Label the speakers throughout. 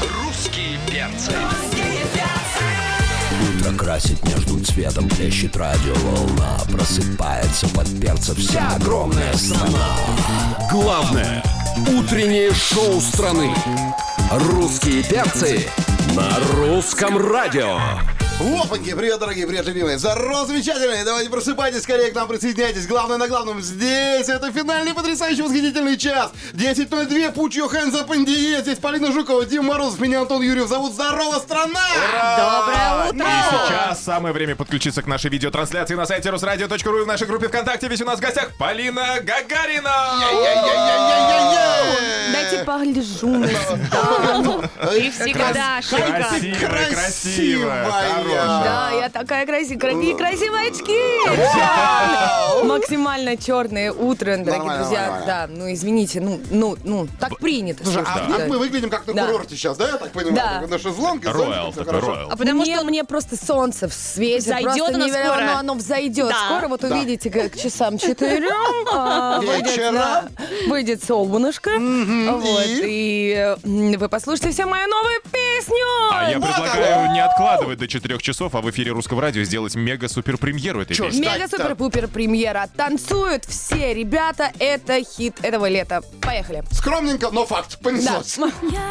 Speaker 1: Русские перцы. Утро красит между цветом, плещет радиоволна Просыпается под перца вся огромная страна
Speaker 2: Главное утреннее шоу страны.
Speaker 1: Русские перцы
Speaker 2: На русском радио.
Speaker 3: Опаньки! Привет, дорогие, привет, любимые! Здорово, замечательные! Давайте просыпайтесь скорее к нам, присоединяйтесь. Главное на главном здесь. Это финальный потрясающий восхитительный час. 10.02, put your hands up in the air. Здесь Полина Жукова, Дима Мороз, меня Антон Юрьев зовут. Здорово, страна!
Speaker 4: Доброе утро!
Speaker 5: Сейчас самое время подключиться к нашей видеотрансляции на сайте rusradio.ru и в нашей группе ВКонтакте. Ведь у нас в гостях Полина
Speaker 3: Я-я-я-я-я-я-я!
Speaker 4: Дайте погляжу на себя.
Speaker 3: Эй,
Speaker 4: Ты всегда шикарно.
Speaker 3: ты
Speaker 5: Красивая, красивая, хорошая.
Speaker 4: Да, я такая красивая. Какие красивые очки! Максимально черное утро, дорогие
Speaker 3: Нормально,
Speaker 4: друзья.
Speaker 3: нормально.
Speaker 4: Да, ну извините, ну, ну, ну, так принято.
Speaker 3: Слушай,
Speaker 4: слушай,
Speaker 3: а
Speaker 4: да.
Speaker 3: тут мы выглядим как на
Speaker 4: Да.
Speaker 3: курорте сейчас, да, я так
Speaker 4: Да.
Speaker 3: понимаю? На шезлонге,
Speaker 5: Роял,
Speaker 3: солнце, всё
Speaker 5: такой
Speaker 3: хорошо.
Speaker 5: роял.
Speaker 4: А потому мне, что мне просто солнце светит.
Speaker 6: Взойдет
Speaker 4: просто
Speaker 6: оно
Speaker 4: невероятно.
Speaker 6: скоро.
Speaker 4: Оно, оно взойдет.
Speaker 6: Да.
Speaker 4: Скоро вот увидите к, к часам четырем. а, выйдет,
Speaker 3: Вечера.
Speaker 4: да, Выйдет солнышко. Вот, и э, м, вы послушайте все мою новую песню.
Speaker 5: А я
Speaker 3: Вот
Speaker 5: предлагаю не откладывать до 4 часов, а в эфире русского радио сделать мега-супер премьеру этой
Speaker 3: Чё ж.
Speaker 5: песни.
Speaker 4: Мега
Speaker 3: так-то.
Speaker 4: супер пупер премьера. Танцуют все ребята. Это хит этого лета. Поехали.
Speaker 3: Скромненько, но факт.
Speaker 4: Да.
Speaker 3: Понеслось.
Speaker 6: Я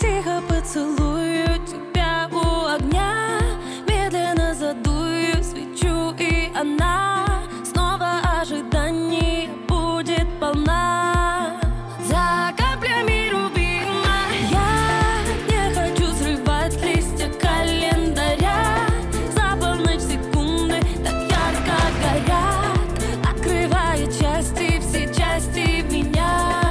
Speaker 6: тихо поцелую тебя у огня Медленно задую свечу и она Снова ожиданий будет полна За каплями рубина Я не хочу срывать листья календаря За полночь секунды так ярко горят Открывая части, все части меня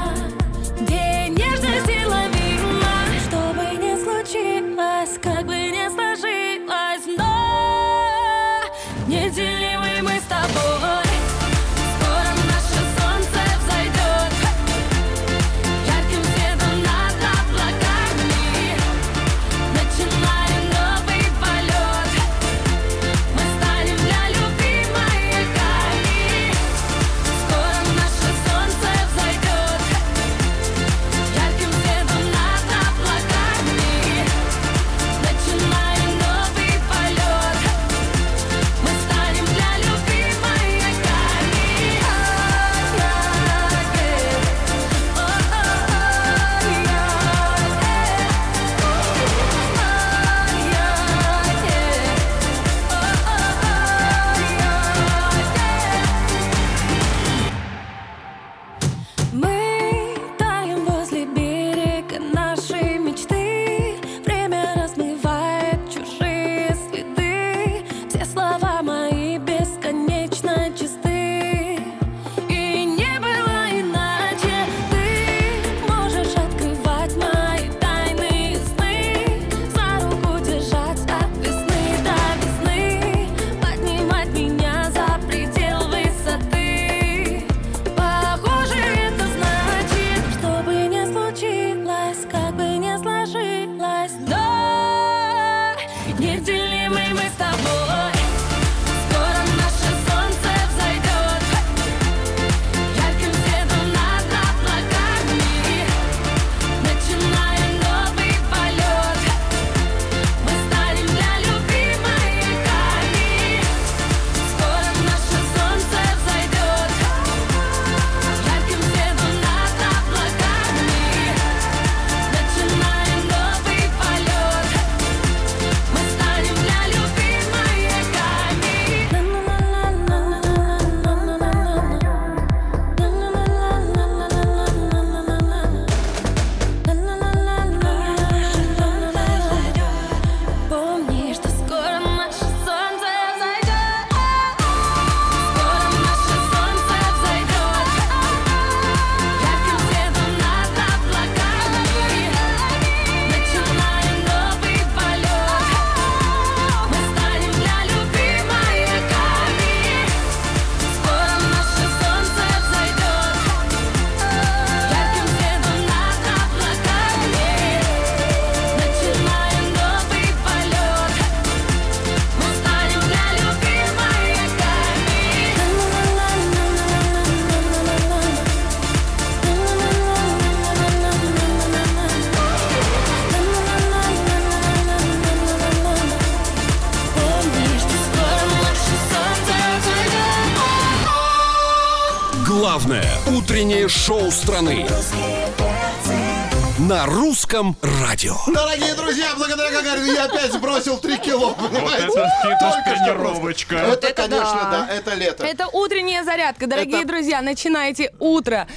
Speaker 6: День нежности ловима Что бы ни случилось
Speaker 2: Главное утреннее шоу страны на русском радио.
Speaker 3: Дорогие друзья, благодаря Гагарину я опять сбросил 3 кило, понимаете?
Speaker 5: это фитнес
Speaker 3: Только что
Speaker 5: тренировочка.
Speaker 3: просто. Это,
Speaker 4: это
Speaker 3: конечно,
Speaker 4: да.
Speaker 3: да, это лето.
Speaker 4: Это утренняя зарядка, дорогие
Speaker 3: Это-
Speaker 4: друзья. Начинайте утро,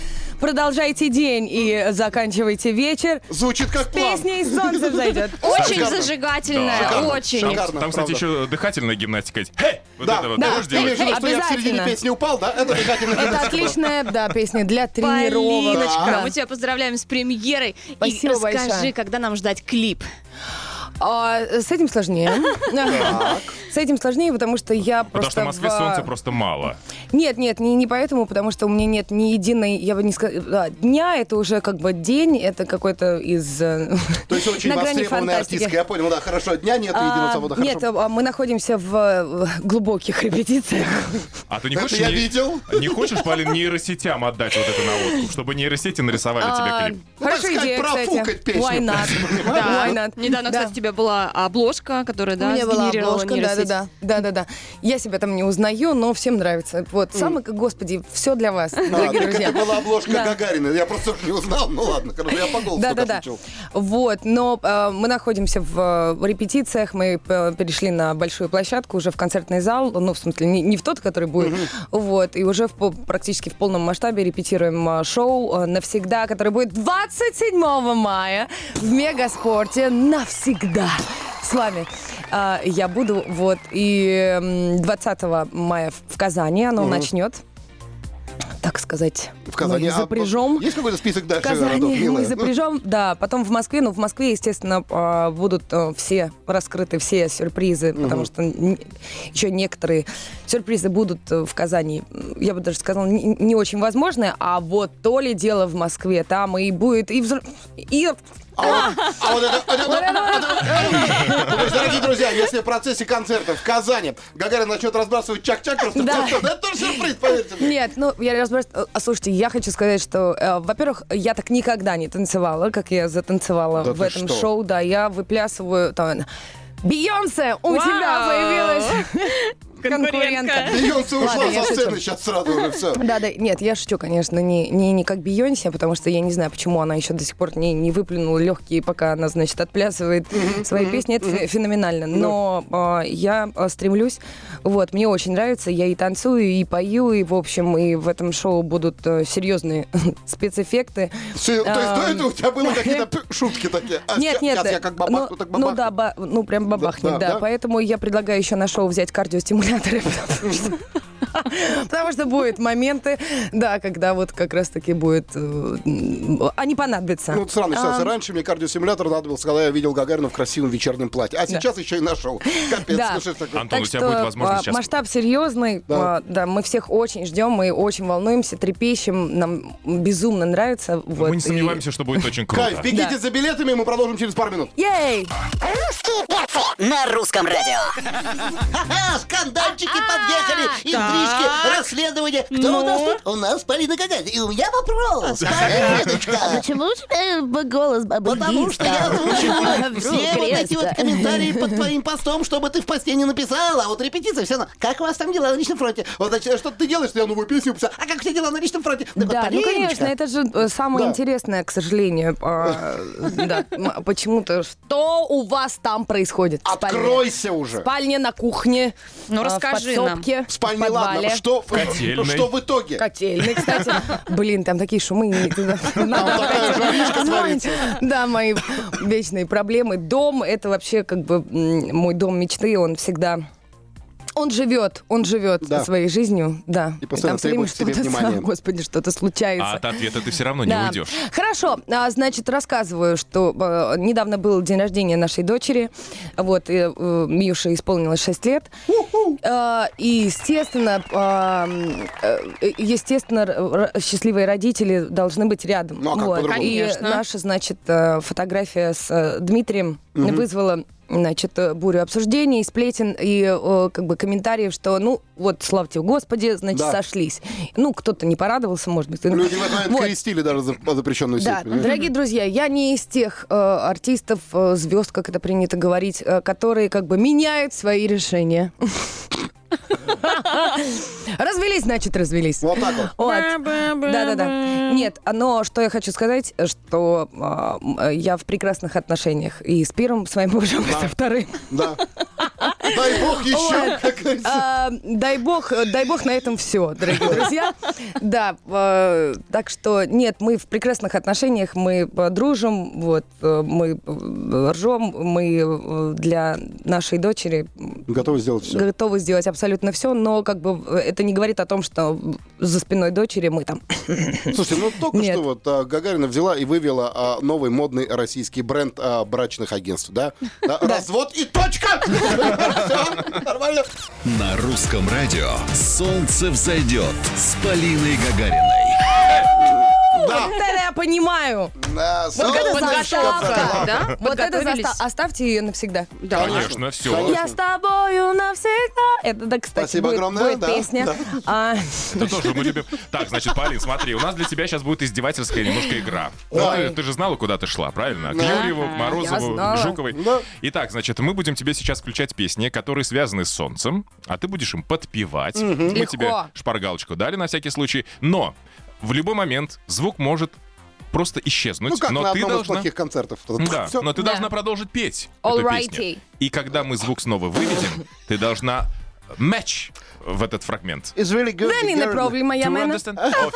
Speaker 4: продолжайте день и заканчивайте вечер.
Speaker 3: Звучит как план.
Speaker 4: Песня и солнце взойдет.
Speaker 7: Очень
Speaker 3: Шикарно.
Speaker 7: зажигательная,
Speaker 5: Шикарно.
Speaker 7: очень.
Speaker 3: Шикарно.
Speaker 5: Там, кстати,
Speaker 3: правда.
Speaker 5: еще дыхательная гимнастика. есть. Хе! Вот
Speaker 3: Да,
Speaker 5: это вот
Speaker 3: да.
Speaker 5: можешь
Speaker 3: Ты
Speaker 5: делать?
Speaker 3: имеешь в виду,
Speaker 4: Хе,
Speaker 3: что я в середине
Speaker 4: обязательно.
Speaker 3: песни упал, да? Это дыхательная
Speaker 4: Это
Speaker 3: гимнастика.
Speaker 4: отличная, да, песня для тренировок.
Speaker 7: Полиночка,
Speaker 4: Да.
Speaker 7: мы тебя поздравляем с премьерой.
Speaker 4: Спасибо
Speaker 7: И расскажи,
Speaker 4: большое.
Speaker 7: когда нам ждать клип.
Speaker 4: А, с этим сложнее. С этим сложнее, потому что я
Speaker 5: Потому что
Speaker 4: просто...
Speaker 5: в Москве
Speaker 4: в-
Speaker 5: солнца просто мало.
Speaker 4: Нет, нет, не, не поэтому, потому что у меня нет ни единой, я бы не сказала, дня, это уже как бы день, это какой-то из... э,
Speaker 3: То есть очень
Speaker 4: на грани
Speaker 3: востребованная
Speaker 4: фантастики.
Speaker 3: артистка. Я понял, да, хорошо. Дня нет, и единого
Speaker 4: А,
Speaker 3: свобода,
Speaker 4: Нет,
Speaker 3: хорошо.
Speaker 4: а, мы находимся в э, глубоких репетициях.
Speaker 5: А ты не
Speaker 3: Это
Speaker 5: хочешь...
Speaker 3: я
Speaker 5: не-
Speaker 3: видел.
Speaker 5: Не хочешь, Полин, нейросетям отдать вот эту наводку, чтобы нейросети нарисовали тебе
Speaker 7: А,
Speaker 5: клип?
Speaker 4: Хорошая
Speaker 3: сказать,
Speaker 4: идея, кстати.
Speaker 3: профукать песню.
Speaker 4: Why not?
Speaker 7: Да.
Speaker 4: Why not?
Speaker 7: Недавно,
Speaker 4: А, Да.
Speaker 7: кстати, у тебя была обложка, которая,
Speaker 4: У
Speaker 7: да,
Speaker 4: меня была
Speaker 7: сгенерировала
Speaker 4: обложка, да, да,
Speaker 7: нейросеть.
Speaker 4: да, да, да, да. Я себя там не узнаю, но всем нравится. Вот, самый, господи, все для вас,
Speaker 3: А,
Speaker 4: дорогие
Speaker 3: так
Speaker 4: друзья.
Speaker 3: это была обложка
Speaker 4: Да.
Speaker 3: Гагарина. Я просто не узнал. Ну ладно, хорошо, я по голосу
Speaker 4: Да, да,
Speaker 3: только
Speaker 4: да.
Speaker 3: слышал.
Speaker 4: Вот, но э, мы находимся в э, репетициях, мы э, перешли на большую площадку, уже в концертный зал, ну, в смысле, не, не в тот, который будет, вот, и уже в по- практически в полном масштабе репетируем э, шоу э, «Навсегда», которое будет 27 мая в Мегаспорте «Навсегда». С вами э, я буду, вот, и м, 20 мая в- в Казани оно начнет, так сказать, ну,
Speaker 3: В Казани.
Speaker 4: мы
Speaker 3: а,
Speaker 4: запрежем.
Speaker 3: Есть какой-то список
Speaker 4: В
Speaker 3: дальше городов,
Speaker 4: Казани мы
Speaker 3: милая?
Speaker 4: запряжем, да, потом в Москве, ну в Москве, естественно, а, будут а, все раскрыты, все сюрпризы, потому что н- еще некоторые сюрпризы будут э, в Казани, м, я бы даже сказала, не, не очень возможные, а вот то ли дело в Москве, там и будет, и, взр- и
Speaker 3: А вот- а вот это- вот это- вот это- То есть, Дорогие друзья, если в процессе концерта в Казани Гагарин начнет разбрасывать чак-чак, просто
Speaker 4: Да.
Speaker 3: просто- это тоже сюрприз, поверьте мне.
Speaker 4: Нет, ну я разброс- э, а, Слушайте, я хочу сказать, что, э, во-первых, я так никогда не танцевала, как я затанцевала
Speaker 3: Да
Speaker 4: в
Speaker 3: ты
Speaker 4: этом
Speaker 3: что?
Speaker 4: шоу. Да, я выплясываю там. Бейонсе, у
Speaker 7: Вау!
Speaker 4: тебя появилась
Speaker 7: Конкурентка.
Speaker 3: Бейонсе
Speaker 4: Ладно,
Speaker 3: ушла
Speaker 4: я
Speaker 3: со
Speaker 4: шучу.
Speaker 3: сцены сейчас сразу уже все.
Speaker 4: Да, да, нет, я шучу, конечно, не, не, не как Бейонсе, потому что я не знаю, почему она еще до сих пор не, не выплюнула легкие, пока она, значит, отплясывает свои песни. Это фе- феноменально. Но а, я а, стремлюсь. Вот, мне очень нравится. Я и танцую, и пою, и, в общем, и в этом шоу будут э, серьезные спецэффекты.
Speaker 3: То есть до
Speaker 4: Эм,
Speaker 3: этого у тебя были какие-то п- шутки такие? А
Speaker 4: нет,
Speaker 3: щас-
Speaker 4: нет,
Speaker 3: щас я как бабахну,
Speaker 4: ну,
Speaker 3: так
Speaker 4: ну
Speaker 3: бабахну.
Speaker 4: да, ба- ну прям бабахнет,
Speaker 3: да,
Speaker 4: да,
Speaker 3: да?
Speaker 4: Поэтому я предлагаю еще на шоу взять кардиостимуляторы, потому что, потому что будут моменты, да, когда вот как раз таки будет, э, м, они понадобятся.
Speaker 3: Ну, вот странно, сейчас.
Speaker 4: А,
Speaker 3: Раньше мне кардиостимулятор надо было, когда я видел Гагарина в красивом вечерном платье. А сейчас еще и нашел. Капец,
Speaker 4: Да.
Speaker 3: слушай, такой.
Speaker 5: Антон, у тебя
Speaker 4: что,
Speaker 5: будет возможность
Speaker 4: а,
Speaker 5: сейчас...
Speaker 4: Масштаб серьезный.
Speaker 3: Да.
Speaker 4: Да. да, мы всех очень ждем, мы очень волнуемся, трепещем, нам безумно нравится. вот,
Speaker 5: Мы не
Speaker 4: и-
Speaker 5: сомневаемся, что будет очень
Speaker 3: Кайф,
Speaker 5: круто.
Speaker 3: бегите за билетами, мы продолжим через пару минут.
Speaker 4: Ей!
Speaker 8: Русские перцы на русском радио.
Speaker 9: Ха-ха, скандальчики подъехали, интрижки, расследования. Кто у нас тут? У нас Полина Гагарина. И у меня вопрос. Полиночка,
Speaker 10: Почему же голос бабы
Speaker 9: Потому что я слушаю все вот эти вот комментарии под твоим постом, чтобы ты в посте не написала. А вот репетиция все равно. Как у вас там дела на личном фронте? э,
Speaker 3: Вот значит, а что ты делаешь, что я новую песню писал?
Speaker 9: А как у тебя дела на личном фронте? Так вот,
Speaker 4: Да, ну
Speaker 9: Полиночка,
Speaker 4: конечно, это же э, самое интересное, к сожалению. а, Да, м, почему-то. Что у вас там происходит? в спальне?
Speaker 3: Откройся уже.
Speaker 4: В спальне, на кухне,
Speaker 7: Ну,
Speaker 4: а,
Speaker 7: расскажи
Speaker 4: в подсобке,
Speaker 3: В
Speaker 4: в
Speaker 3: спальне, ладно,
Speaker 4: подвале.
Speaker 3: что,
Speaker 5: котельной.
Speaker 3: что в итоге?
Speaker 4: Котельной, кстати. Блин, там такие шумы. не-
Speaker 3: Там такая жаришка творится.
Speaker 4: Да, мои вечные проблемы. Дом — это вообще как бы м, мой дом мечты, он всегда... Он живет, он живет
Speaker 3: Да.
Speaker 4: своей жизнью, да.
Speaker 3: И постоянно
Speaker 4: там всё время
Speaker 3: требует к себе
Speaker 4: что-то,
Speaker 3: внимания.
Speaker 4: Господи, что-то случается.
Speaker 5: А от ответа ты все равно не
Speaker 4: Да.
Speaker 5: уйдешь.
Speaker 4: Хорошо, А, значит, рассказываю, что э, недавно был день рождения нашей дочери. Вот, и, э, Миюше исполнилось 6 лет. Э, и, естественно, э, э, естественно, р- р- счастливые родители должны быть рядом.
Speaker 3: Ну, а как
Speaker 4: Вот.
Speaker 3: по-другому?
Speaker 4: И
Speaker 7: Конечно.
Speaker 4: наша, значит, э, фотография с э, Дмитрием вызвала значит, э, бурю обсуждений, сплетен и э, как бы комментариев, что, ну, вот, славьте Господи, значит,
Speaker 3: Да.
Speaker 4: сошлись. Ну, кто-то не порадовался, может быть.
Speaker 3: Люди в этот момент
Speaker 4: Вот.
Speaker 3: крестили даже за запрещенную сеть.
Speaker 4: Да,
Speaker 3: понимаешь?
Speaker 4: дорогие друзья, я не из тех э, артистов, э, звезд, как это принято говорить, э, которые как бы меняют свои решения. Развелись, значит, развелись.
Speaker 3: Вот так вот.
Speaker 4: Да-да-да. Нет, но что я хочу сказать, что а, м, э, я в прекрасных отношениях и с первым своим мужем, и со вторым.
Speaker 3: Да. Дай бог еще.
Speaker 4: Вот.
Speaker 3: как говорится.
Speaker 4: А, Дай бог, э, дай бог на этом все, дорогие друзья. Да, э, так что нет, мы в прекрасных отношениях, мы э, дружим, вот, э, мы э, ржем, мы э, для нашей дочери
Speaker 3: Готовы сделать все.
Speaker 4: готовы сделать абсолютно все, но как бы э, это не говорит о том, что за спиной дочери мы там
Speaker 3: Слушайте, ну только
Speaker 4: Нет.
Speaker 3: что вот а, Гагарина взяла и вывела а, новый модный российский бренд а, брачных агентств, да? Да, Развод и точка! Всё, Нормально.
Speaker 2: На русском радио «Солнце взойдет» с Полиной Гагариной.
Speaker 7: А.
Speaker 3: Да.
Speaker 4: Это я понимаю.
Speaker 3: Да,
Speaker 4: это
Speaker 3: солнышко,
Speaker 7: Подготовка,
Speaker 3: да.
Speaker 7: да?
Speaker 4: Вот это
Speaker 7: Подготовились?
Speaker 4: заста- оставьте ее навсегда.
Speaker 7: Да.
Speaker 5: Конечно, всё.
Speaker 3: Конечно.
Speaker 4: Я с тобою навсегда. Это, да, кстати,
Speaker 3: Спасибо
Speaker 4: будет,
Speaker 3: огромное,
Speaker 4: будет
Speaker 3: да,
Speaker 4: песня.
Speaker 3: да.
Speaker 4: А,
Speaker 5: Ты тоже мы любим. Так, значит, Полин, смотри, у нас для тебя сейчас будет издевательская немножко игра. Вот ты, ты же знала, куда ты шла, правильно? К Юрьеву, к
Speaker 4: я
Speaker 5: Морозову,
Speaker 4: знала.
Speaker 5: к Жуковой. Итак, значит, мы будем тебе сейчас включать песни, которые связаны с солнцем, а ты будешь им подпевать. Мы
Speaker 4: Легко.
Speaker 5: тебе шпаргалочку дали на всякий случай. Но в любой момент звук может просто исчезнуть.
Speaker 3: Ну как
Speaker 5: но
Speaker 3: на
Speaker 5: ты
Speaker 3: одном из
Speaker 5: должна...
Speaker 3: плохих концертов.
Speaker 5: Да,
Speaker 3: Всё.
Speaker 5: но ты
Speaker 4: Да.
Speaker 5: должна продолжить петь эту
Speaker 4: Alrighty.
Speaker 5: песню. И когда мы звук снова выведем, ты должна матч в этот фрагмент.
Speaker 3: It's really good,
Speaker 4: Да, не на
Speaker 3: Гагарина.
Speaker 4: проблема, я мэна.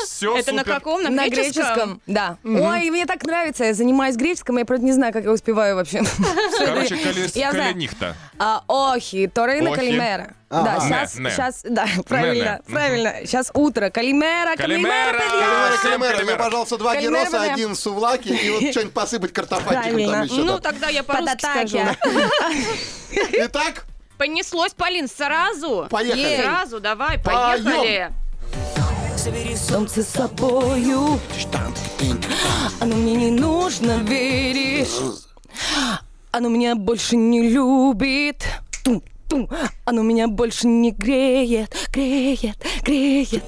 Speaker 5: все
Speaker 7: Это на каком?
Speaker 4: На греческом, да. Ой, мне так нравится, я занимаюсь греческим, я правда не знаю, как я успеваю вообще. Всё это-
Speaker 5: Короче, колес,
Speaker 4: Я знаю.
Speaker 5: коленихта.
Speaker 4: А, Охи, Торина
Speaker 5: Охи.
Speaker 4: Калимера.
Speaker 3: А,
Speaker 4: Да,
Speaker 5: Не,
Speaker 4: сейчас,
Speaker 5: не.
Speaker 4: сейчас, да, правильно,
Speaker 5: не.
Speaker 4: правильно. Сейчас утро. Калимера, Калимера,
Speaker 5: Калимера!
Speaker 4: педья!
Speaker 3: Кальмера,
Speaker 5: Всем
Speaker 3: Кальмера,
Speaker 5: кальмера.
Speaker 3: Мне, пожалуйста, два
Speaker 4: Кальмера,
Speaker 3: героса,
Speaker 4: да.
Speaker 3: один сувлаки и вот что-нибудь посыпать картофатиком там
Speaker 4: Правильно.
Speaker 3: еще. да.
Speaker 7: Ну, тогда я по-русски скажу.
Speaker 4: Податаки.
Speaker 3: Итак,
Speaker 7: Понеслось, Полин, сразу.
Speaker 3: Поехали.
Speaker 7: Сразу, давай,
Speaker 3: Поем.
Speaker 7: поехали.
Speaker 4: солнце с собою Оно мне не нужно, веришь Оно меня больше не любит Тум-тум Оно меня больше не греет Греет, греет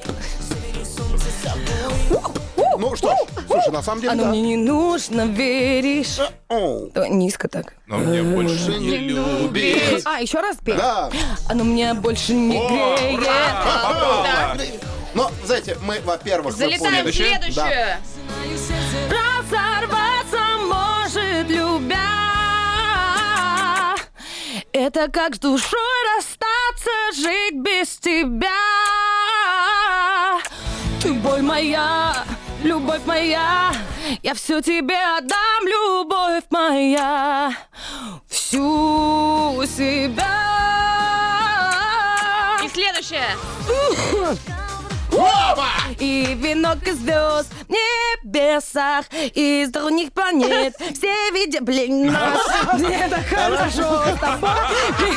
Speaker 3: ну что ж, слушай, на самом деле,
Speaker 4: Оно
Speaker 3: да.
Speaker 4: мне не нужно, веришь
Speaker 3: Оу.
Speaker 4: Э, Низко так
Speaker 5: Но мне больше не любит.
Speaker 4: А, еще раз петь
Speaker 3: Да. А,
Speaker 4: Оно меня больше не греет
Speaker 5: Попала.
Speaker 3: Но, знаете, мы, во-первых, мы
Speaker 7: Залетаем
Speaker 3: поняли-
Speaker 7: в следующее.
Speaker 4: Разорваться может любя Это как с душой расстаться, жить без тебя Ты боль моя, любовь моя Я все тебе отдам, любовь моя Всю себя
Speaker 7: И следующее.
Speaker 4: и венок из звезд в небесах Из других планет Все видят, блин, нас Мне так хорошо с тобой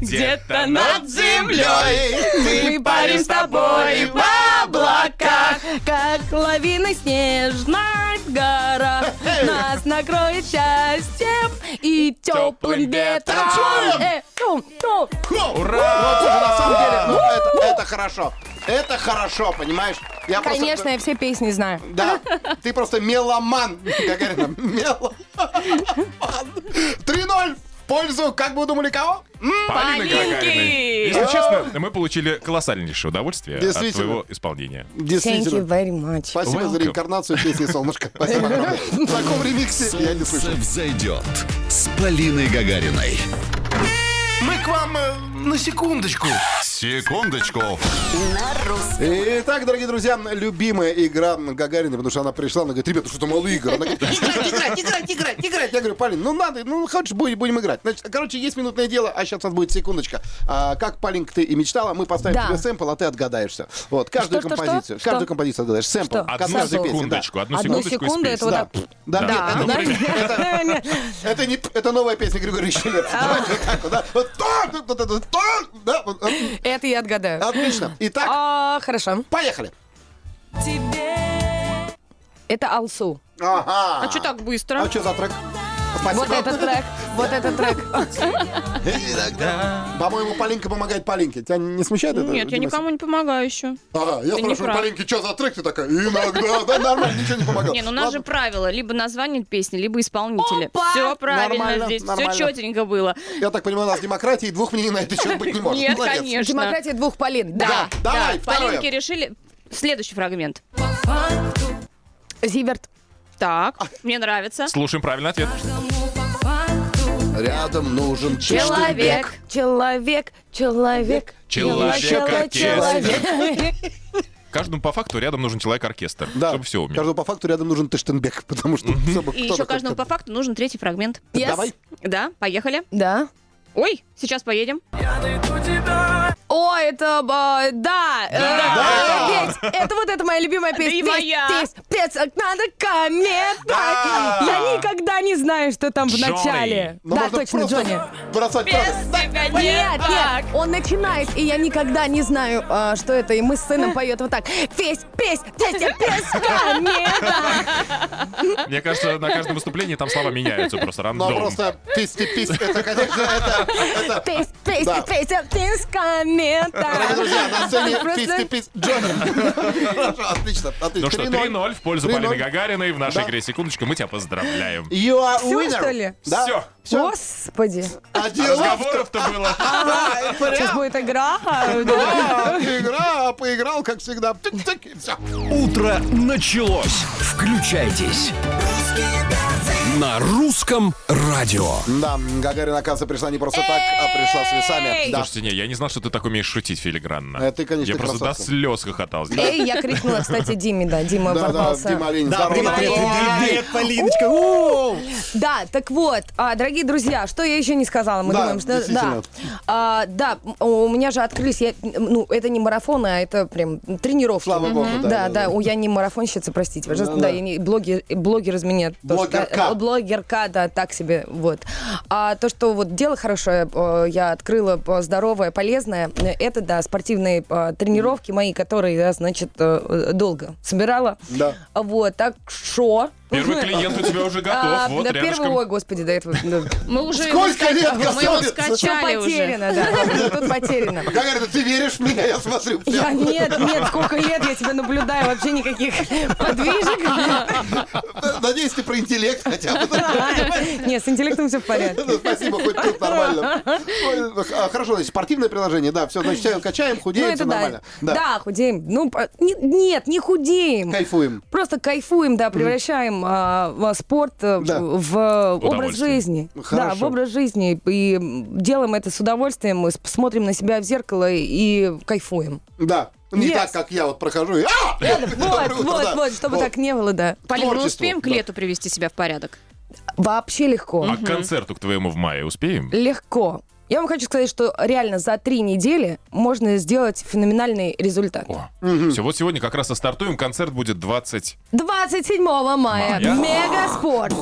Speaker 5: Где-то
Speaker 4: над Мы парим с тобой в облаках Как лавины снежных горах Нас накроет счастьем и теплым ветром
Speaker 3: Танцуем!
Speaker 4: Э, тум, тум.
Speaker 3: Вот, слушай, на самом деле, ну, это, это хорошо. Это хорошо, понимаешь? Я просто-
Speaker 4: Конечно, я все песни знаю
Speaker 3: Да, ты просто меломан, Гагарина, меломан. 3-0 в пользу, как бы вы думали, кого? М?
Speaker 5: Полины
Speaker 7: Полинки!
Speaker 5: Гагариной. Если честно, мы получили колоссальнейшее удовольствие от
Speaker 3: Действительно.
Speaker 5: твоего исполнения.
Speaker 4: Thank you
Speaker 3: Действительно.
Speaker 4: very much
Speaker 3: Спасибо за
Speaker 5: Welcome.
Speaker 3: реинкарнацию песни «Солнышко». Спасибо огромное. В таком ремиксе я не слышал.
Speaker 2: «Солнце взойдет» с Полиной Гагариной.
Speaker 11: Мы к вам э, на секундочку.
Speaker 2: Секундочку.
Speaker 8: На русском.
Speaker 3: Итак, дорогие друзья, любимая игра Гагарина, потому что она пришла, она говорит, ребята, что-то мало игр. Она говорит, играть, играть, играть, играть, играть. Я говорю, Полин, ну надо, ну хочешь, будем, будем играть. Значит, короче, есть минутное дело, а сейчас у нас будет секундочка. А, как, Полинка, ты и мечтала, мы поставим
Speaker 4: Да.
Speaker 3: тебе сэмпл, а ты отгадаешься. Вот, каждую
Speaker 4: Что, что,
Speaker 3: композицию,
Speaker 4: что?
Speaker 3: каждую
Speaker 4: Что?
Speaker 3: композицию отгадаешь. Сэмпл,
Speaker 4: Что?
Speaker 3: к
Speaker 5: Одну
Speaker 3: каждой песне, да.
Speaker 5: секундочку, одну
Speaker 4: Одну
Speaker 5: секундочку из
Speaker 4: секунду, это
Speaker 5: песни.
Speaker 4: вот
Speaker 3: Да.
Speaker 4: так.
Speaker 3: Да,
Speaker 5: Да.
Speaker 3: нет,
Speaker 5: Да.
Speaker 3: это- это не это новая песня Григория Щелепца. Давайте вот так вот, да. Вот так, вот так, вот так, да, вот, вот.
Speaker 4: Это я отгадаю.
Speaker 3: Отлично. Итак,
Speaker 4: А, хорошо.
Speaker 3: поехали.
Speaker 4: Это Алсу.
Speaker 3: Ага.
Speaker 7: А что так быстро?
Speaker 3: А что за трек?
Speaker 4: Вот этот трек. Вот этот трек.
Speaker 3: По-моему, Полинка помогает Полинке. Тебя не смущает это?
Speaker 7: Нет, я
Speaker 3: Димасик?
Speaker 7: никому не помогаю еще.
Speaker 3: Ага, я
Speaker 7: Ты не
Speaker 3: спрашиваю,
Speaker 7: прав.
Speaker 3: Полинке, что за трек ты такая? Иногда, да, нормально, ничего не помогало.
Speaker 7: Не, ну у нас же правило. Либо название песни, либо исполнителя.
Speaker 3: Опа!
Speaker 7: Все правильно
Speaker 3: Нормально,
Speaker 7: здесь. Все
Speaker 3: нормально.
Speaker 7: четенько было.
Speaker 3: Я так понимаю, у нас демократии двух мнений на этот счет быть не может.
Speaker 7: Нет,
Speaker 3: Молодец.
Speaker 7: конечно.
Speaker 4: Демократия двух Полин.
Speaker 7: Да,
Speaker 4: Да.
Speaker 7: да.
Speaker 3: Давай, второе.
Speaker 7: Полинки решили. Следующий фрагмент.
Speaker 4: Зиверт.
Speaker 7: Так,
Speaker 3: А.
Speaker 7: мне нравится.
Speaker 5: Слушаем правильный ответ.
Speaker 3: Рядом нужен
Speaker 7: Человек.
Speaker 4: Человек. Человек.
Speaker 5: Человек,
Speaker 4: Человек.
Speaker 5: Каждому по факту рядом нужен человек-оркестр, чтобы все умел.
Speaker 3: Каждому по факту рядом нужен Тештенбек, потому что чтобы Ну, кто
Speaker 7: И еще
Speaker 3: такой-
Speaker 7: каждому по факту нужен третий фрагмент.
Speaker 3: Yes. Давай.
Speaker 7: Да, поехали.
Speaker 4: Да.
Speaker 7: Ой, сейчас поедем.
Speaker 4: О, это... а, да! Э,
Speaker 7: Да.
Speaker 4: э, петь. Это вот это моя любимая песня.
Speaker 7: и
Speaker 4: Петь,
Speaker 7: моя.
Speaker 4: петь, петь, а надо ко мне
Speaker 3: Да.
Speaker 4: так. Я никогда не знаю, что там в
Speaker 5: Джонни.
Speaker 4: начале.
Speaker 3: Ну,
Speaker 4: Да,
Speaker 3: можно
Speaker 4: точно,
Speaker 3: просто
Speaker 4: Джонни.
Speaker 3: Бросать правду.
Speaker 4: Нет, нет, он начинает, и я никогда не знаю, а, что это. И мы с сыном поет вот так. Песть, песть, песть, песть, ко мне так.
Speaker 5: Мне кажется, на каждом выступлении там слова меняются просто
Speaker 3: Но
Speaker 5: рандом.
Speaker 3: Ну, а просто писти писти это, конечно, это... это-
Speaker 4: Песть, песть,
Speaker 3: Да.
Speaker 4: песть, песть, ко мне
Speaker 3: Дорогие
Speaker 4: так.
Speaker 3: друзья, на сцене
Speaker 4: Просто-
Speaker 3: писти писти Джонни. Хорошо, отлично,
Speaker 5: Ну
Speaker 3: отлично.
Speaker 5: что,
Speaker 3: 3:0.
Speaker 5: 3-0 в пользу
Speaker 3: 3:0.
Speaker 5: Полины Гагариной. В
Speaker 3: Да.
Speaker 5: нашей игре секундочку мы тебя поздравляем.
Speaker 3: You are
Speaker 4: Всё,
Speaker 3: winner.
Speaker 4: что ли?
Speaker 3: Да.
Speaker 5: Все.
Speaker 3: Всё.
Speaker 4: Господи.
Speaker 3: А делов-то-
Speaker 5: Разговоров-то было.
Speaker 3: Ага,
Speaker 4: Сейчас
Speaker 3: прям.
Speaker 4: будет игра. а, да.
Speaker 3: Да, Игра, а поиграл, как всегда. Тык-тык, и всё.
Speaker 1: Утро началось. Включайтесь. На русском радио.
Speaker 3: Да, Гагарина, оказывается, пришла не просто так, а пришла с весами. Да.
Speaker 5: Слушайте, не, я не знал, что ты так умеешь шутить филигранно.
Speaker 3: Э, ты, конечно,
Speaker 5: Я просто до
Speaker 3: красотка.
Speaker 5: слез хохотал здесь.
Speaker 4: Эй, я крикнула, кстати, Диме, да, Дима
Speaker 3: Да, да,
Speaker 4: ворвался.
Speaker 3: Дима Олень, здорово.
Speaker 4: Дима
Speaker 3: привет.
Speaker 4: Олень.
Speaker 1: Привет, Полиночка.
Speaker 4: Да, так вот, а, дорогие друзья, что я еще не сказала? Мы
Speaker 3: Да,
Speaker 4: думаем, что
Speaker 3: действительно.
Speaker 4: да, А, да, м, у меня же открылись, я, ну это не марафоны, а это прям тренировки.
Speaker 3: Слава богу, да,
Speaker 4: да.
Speaker 3: да,
Speaker 4: Да,
Speaker 3: да.
Speaker 4: да, О, я не марафонщица, простите, пожалуйста,
Speaker 3: Да,
Speaker 4: да,
Speaker 3: да.
Speaker 4: я не блогер, блогер из меня. то, что-
Speaker 3: Блогерка.
Speaker 4: э, блогерка, да, так себе, вот. А то, что вот дело хорошее, э, я открыла э, здоровое, полезное, э, это да, спортивные э, тренировки мои, которые, я, значит, э, э, долго собирала.
Speaker 3: Да.
Speaker 4: Вот, так что.
Speaker 5: Первый клиент у тебя уже
Speaker 4: А,
Speaker 5: готов. Вот
Speaker 4: да, первый, ой,
Speaker 5: рядышком.
Speaker 4: господи, до этого. да. ну,
Speaker 7: Мы уже его
Speaker 3: Сколько лет
Speaker 7: скачали. Мы его
Speaker 3: готовится?
Speaker 4: Всё
Speaker 7: скачали уже.
Speaker 4: потеряно, да. Тут потеряно.
Speaker 3: Гагарина, ты веришь в меня? Я смотрю. всё.
Speaker 4: Я нет, нет, сколько лет я тебя наблюдаю, вообще никаких подвижек.
Speaker 3: Надеюсь, ты про интеллект хотя бы.
Speaker 4: Нет, с интеллектом все в порядке.
Speaker 3: Ну, Спасибо, хоть тут нормально. Ой, ну, х- а, Хорошо, значит, спортивное приложение, да, все, значит, всё, качаем,
Speaker 4: Ну,
Speaker 3: худеем,
Speaker 4: это
Speaker 3: все
Speaker 4: да.
Speaker 3: нормально.
Speaker 4: Да, худеем. Ну, по- не- нет, не худеем.
Speaker 3: Кайфуем.
Speaker 4: Просто кайфуем, да, превращаем а, в- спорт э,
Speaker 3: Да.
Speaker 4: в образ
Speaker 5: Удовольствие.
Speaker 4: жизни. Да,
Speaker 3: Хорошо.
Speaker 4: в образ жизни. И м, делаем это с удовольствием, мы с- смотрим на себя в зеркало и кайфуем.
Speaker 3: Да. Не
Speaker 4: Yes.
Speaker 3: так, как я вот прохожу. и, «А!»
Speaker 4: Вот,
Speaker 3: Доброе утро,
Speaker 4: вот,
Speaker 3: да.
Speaker 4: вот, чтобы так не было, да.
Speaker 7: Полин, мы
Speaker 3: Творчеству,
Speaker 7: успеем к
Speaker 3: да.
Speaker 7: лету привести себя в порядок?
Speaker 4: Вообще легко.
Speaker 5: А к концерту к твоему в мае успеем?
Speaker 4: Легко. Я вам хочу сказать, что реально за три недели можно сделать феноменальный результат.
Speaker 5: О, все, вот сегодня как раз и стартуем. Концерт будет 20.
Speaker 4: 27 мая,
Speaker 5: Мая.
Speaker 4: Мегаспорт.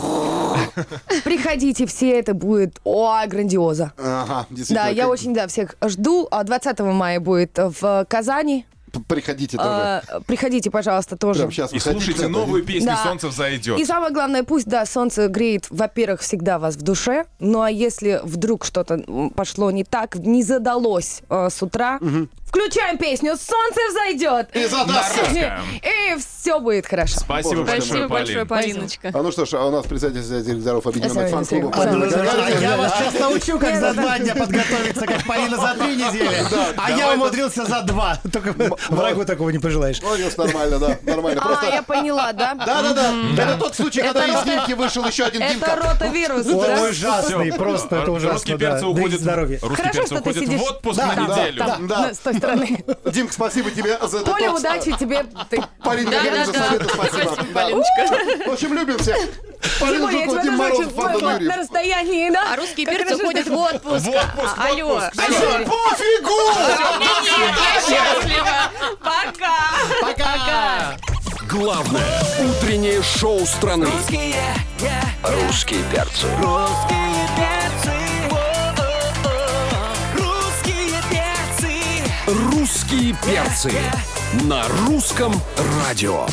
Speaker 4: Приходите все, это будет о грандиоза.
Speaker 3: Ага, действительно.
Speaker 4: Да, я
Speaker 3: как-
Speaker 4: очень да, всех жду. А 20 мая будет в Казани.
Speaker 3: П- Приходите тоже.
Speaker 4: А, Приходите, пожалуйста, тоже.
Speaker 3: Прям сейчас
Speaker 5: И слушайте новую песню
Speaker 4: Да.
Speaker 5: «Солнце взойдет».
Speaker 4: И самое главное, пусть, да, солнце греет, во-первых, всегда вас в душе, ну а если вдруг что-то м, пошло не так, не задалось э, с утра, включаем песню «Солнце взойдет»
Speaker 3: И задастся.
Speaker 4: и все будет хорошо.
Speaker 5: Спасибо
Speaker 3: Боже,
Speaker 5: большое,
Speaker 7: Спасибо большое,
Speaker 5: Полин.
Speaker 7: Полиночка.
Speaker 3: А ну что ж, а у нас председатель директоров объединенных
Speaker 4: Спасибо,
Speaker 3: фан-клубов.
Speaker 4: спасибо.
Speaker 3: Павел
Speaker 12: А
Speaker 3: Гагарин.
Speaker 12: я вас
Speaker 3: Да.
Speaker 12: сейчас научу, как
Speaker 4: Не,
Speaker 12: за
Speaker 4: ну, да.
Speaker 12: два дня подготовиться, как Полина за три недели. А я
Speaker 3: давай,
Speaker 12: умудрился за два. Только врагу такого не пожелаешь.
Speaker 3: Молодец, нормально, да, нормально.
Speaker 4: А, я
Speaker 3: Просто...
Speaker 4: поняла, да?
Speaker 3: Да-да-да, это тот случай, когда
Speaker 4: Это
Speaker 3: из
Speaker 4: рота-
Speaker 3: Димки вышел еще один
Speaker 4: Это
Speaker 3: Димка.
Speaker 4: ротавирус,
Speaker 12: Ой,
Speaker 4: да?
Speaker 12: ужасный,
Speaker 5: Всё.
Speaker 12: просто это
Speaker 5: Русские перцы
Speaker 12: ужасно. да. Да и
Speaker 5: уходят в-
Speaker 12: здоровье.
Speaker 5: Русские
Speaker 4: Хорошо,
Speaker 5: перцы
Speaker 4: что ты
Speaker 5: уходят
Speaker 4: сидишь.
Speaker 5: в отпуск
Speaker 4: Да,
Speaker 5: на
Speaker 4: да,
Speaker 5: неделю.
Speaker 4: да.
Speaker 3: Да.
Speaker 4: Ну, С той стороны.
Speaker 3: Димка, спасибо тебе за этот
Speaker 4: Поля,
Speaker 3: тот.
Speaker 4: удачи тебе. Ты-
Speaker 3: Полин Гагарин за
Speaker 7: Да-да-да.
Speaker 3: советы, спасибо.
Speaker 7: Спасибо,
Speaker 3: Да.
Speaker 7: Полиночка.
Speaker 3: В общем, любим всех. Полина
Speaker 4: Ой, я
Speaker 3: Жукова,
Speaker 4: тебя
Speaker 3: Дим
Speaker 4: тоже
Speaker 3: Морозов,
Speaker 4: очень
Speaker 3: Антон
Speaker 4: поняла,
Speaker 3: Юрьев.
Speaker 4: на расстоянии, да?
Speaker 7: А русские
Speaker 4: Как
Speaker 7: перцы
Speaker 4: хорошо,
Speaker 7: уходят в отпуск.
Speaker 5: В отпуск, в
Speaker 7: Алло.
Speaker 5: отпуск.
Speaker 3: Да всё, пофигу!
Speaker 7: Я счастлива. Пока.
Speaker 1: Главное утреннее шоу страны. Русские перцы. Русские перцы. На русском радио.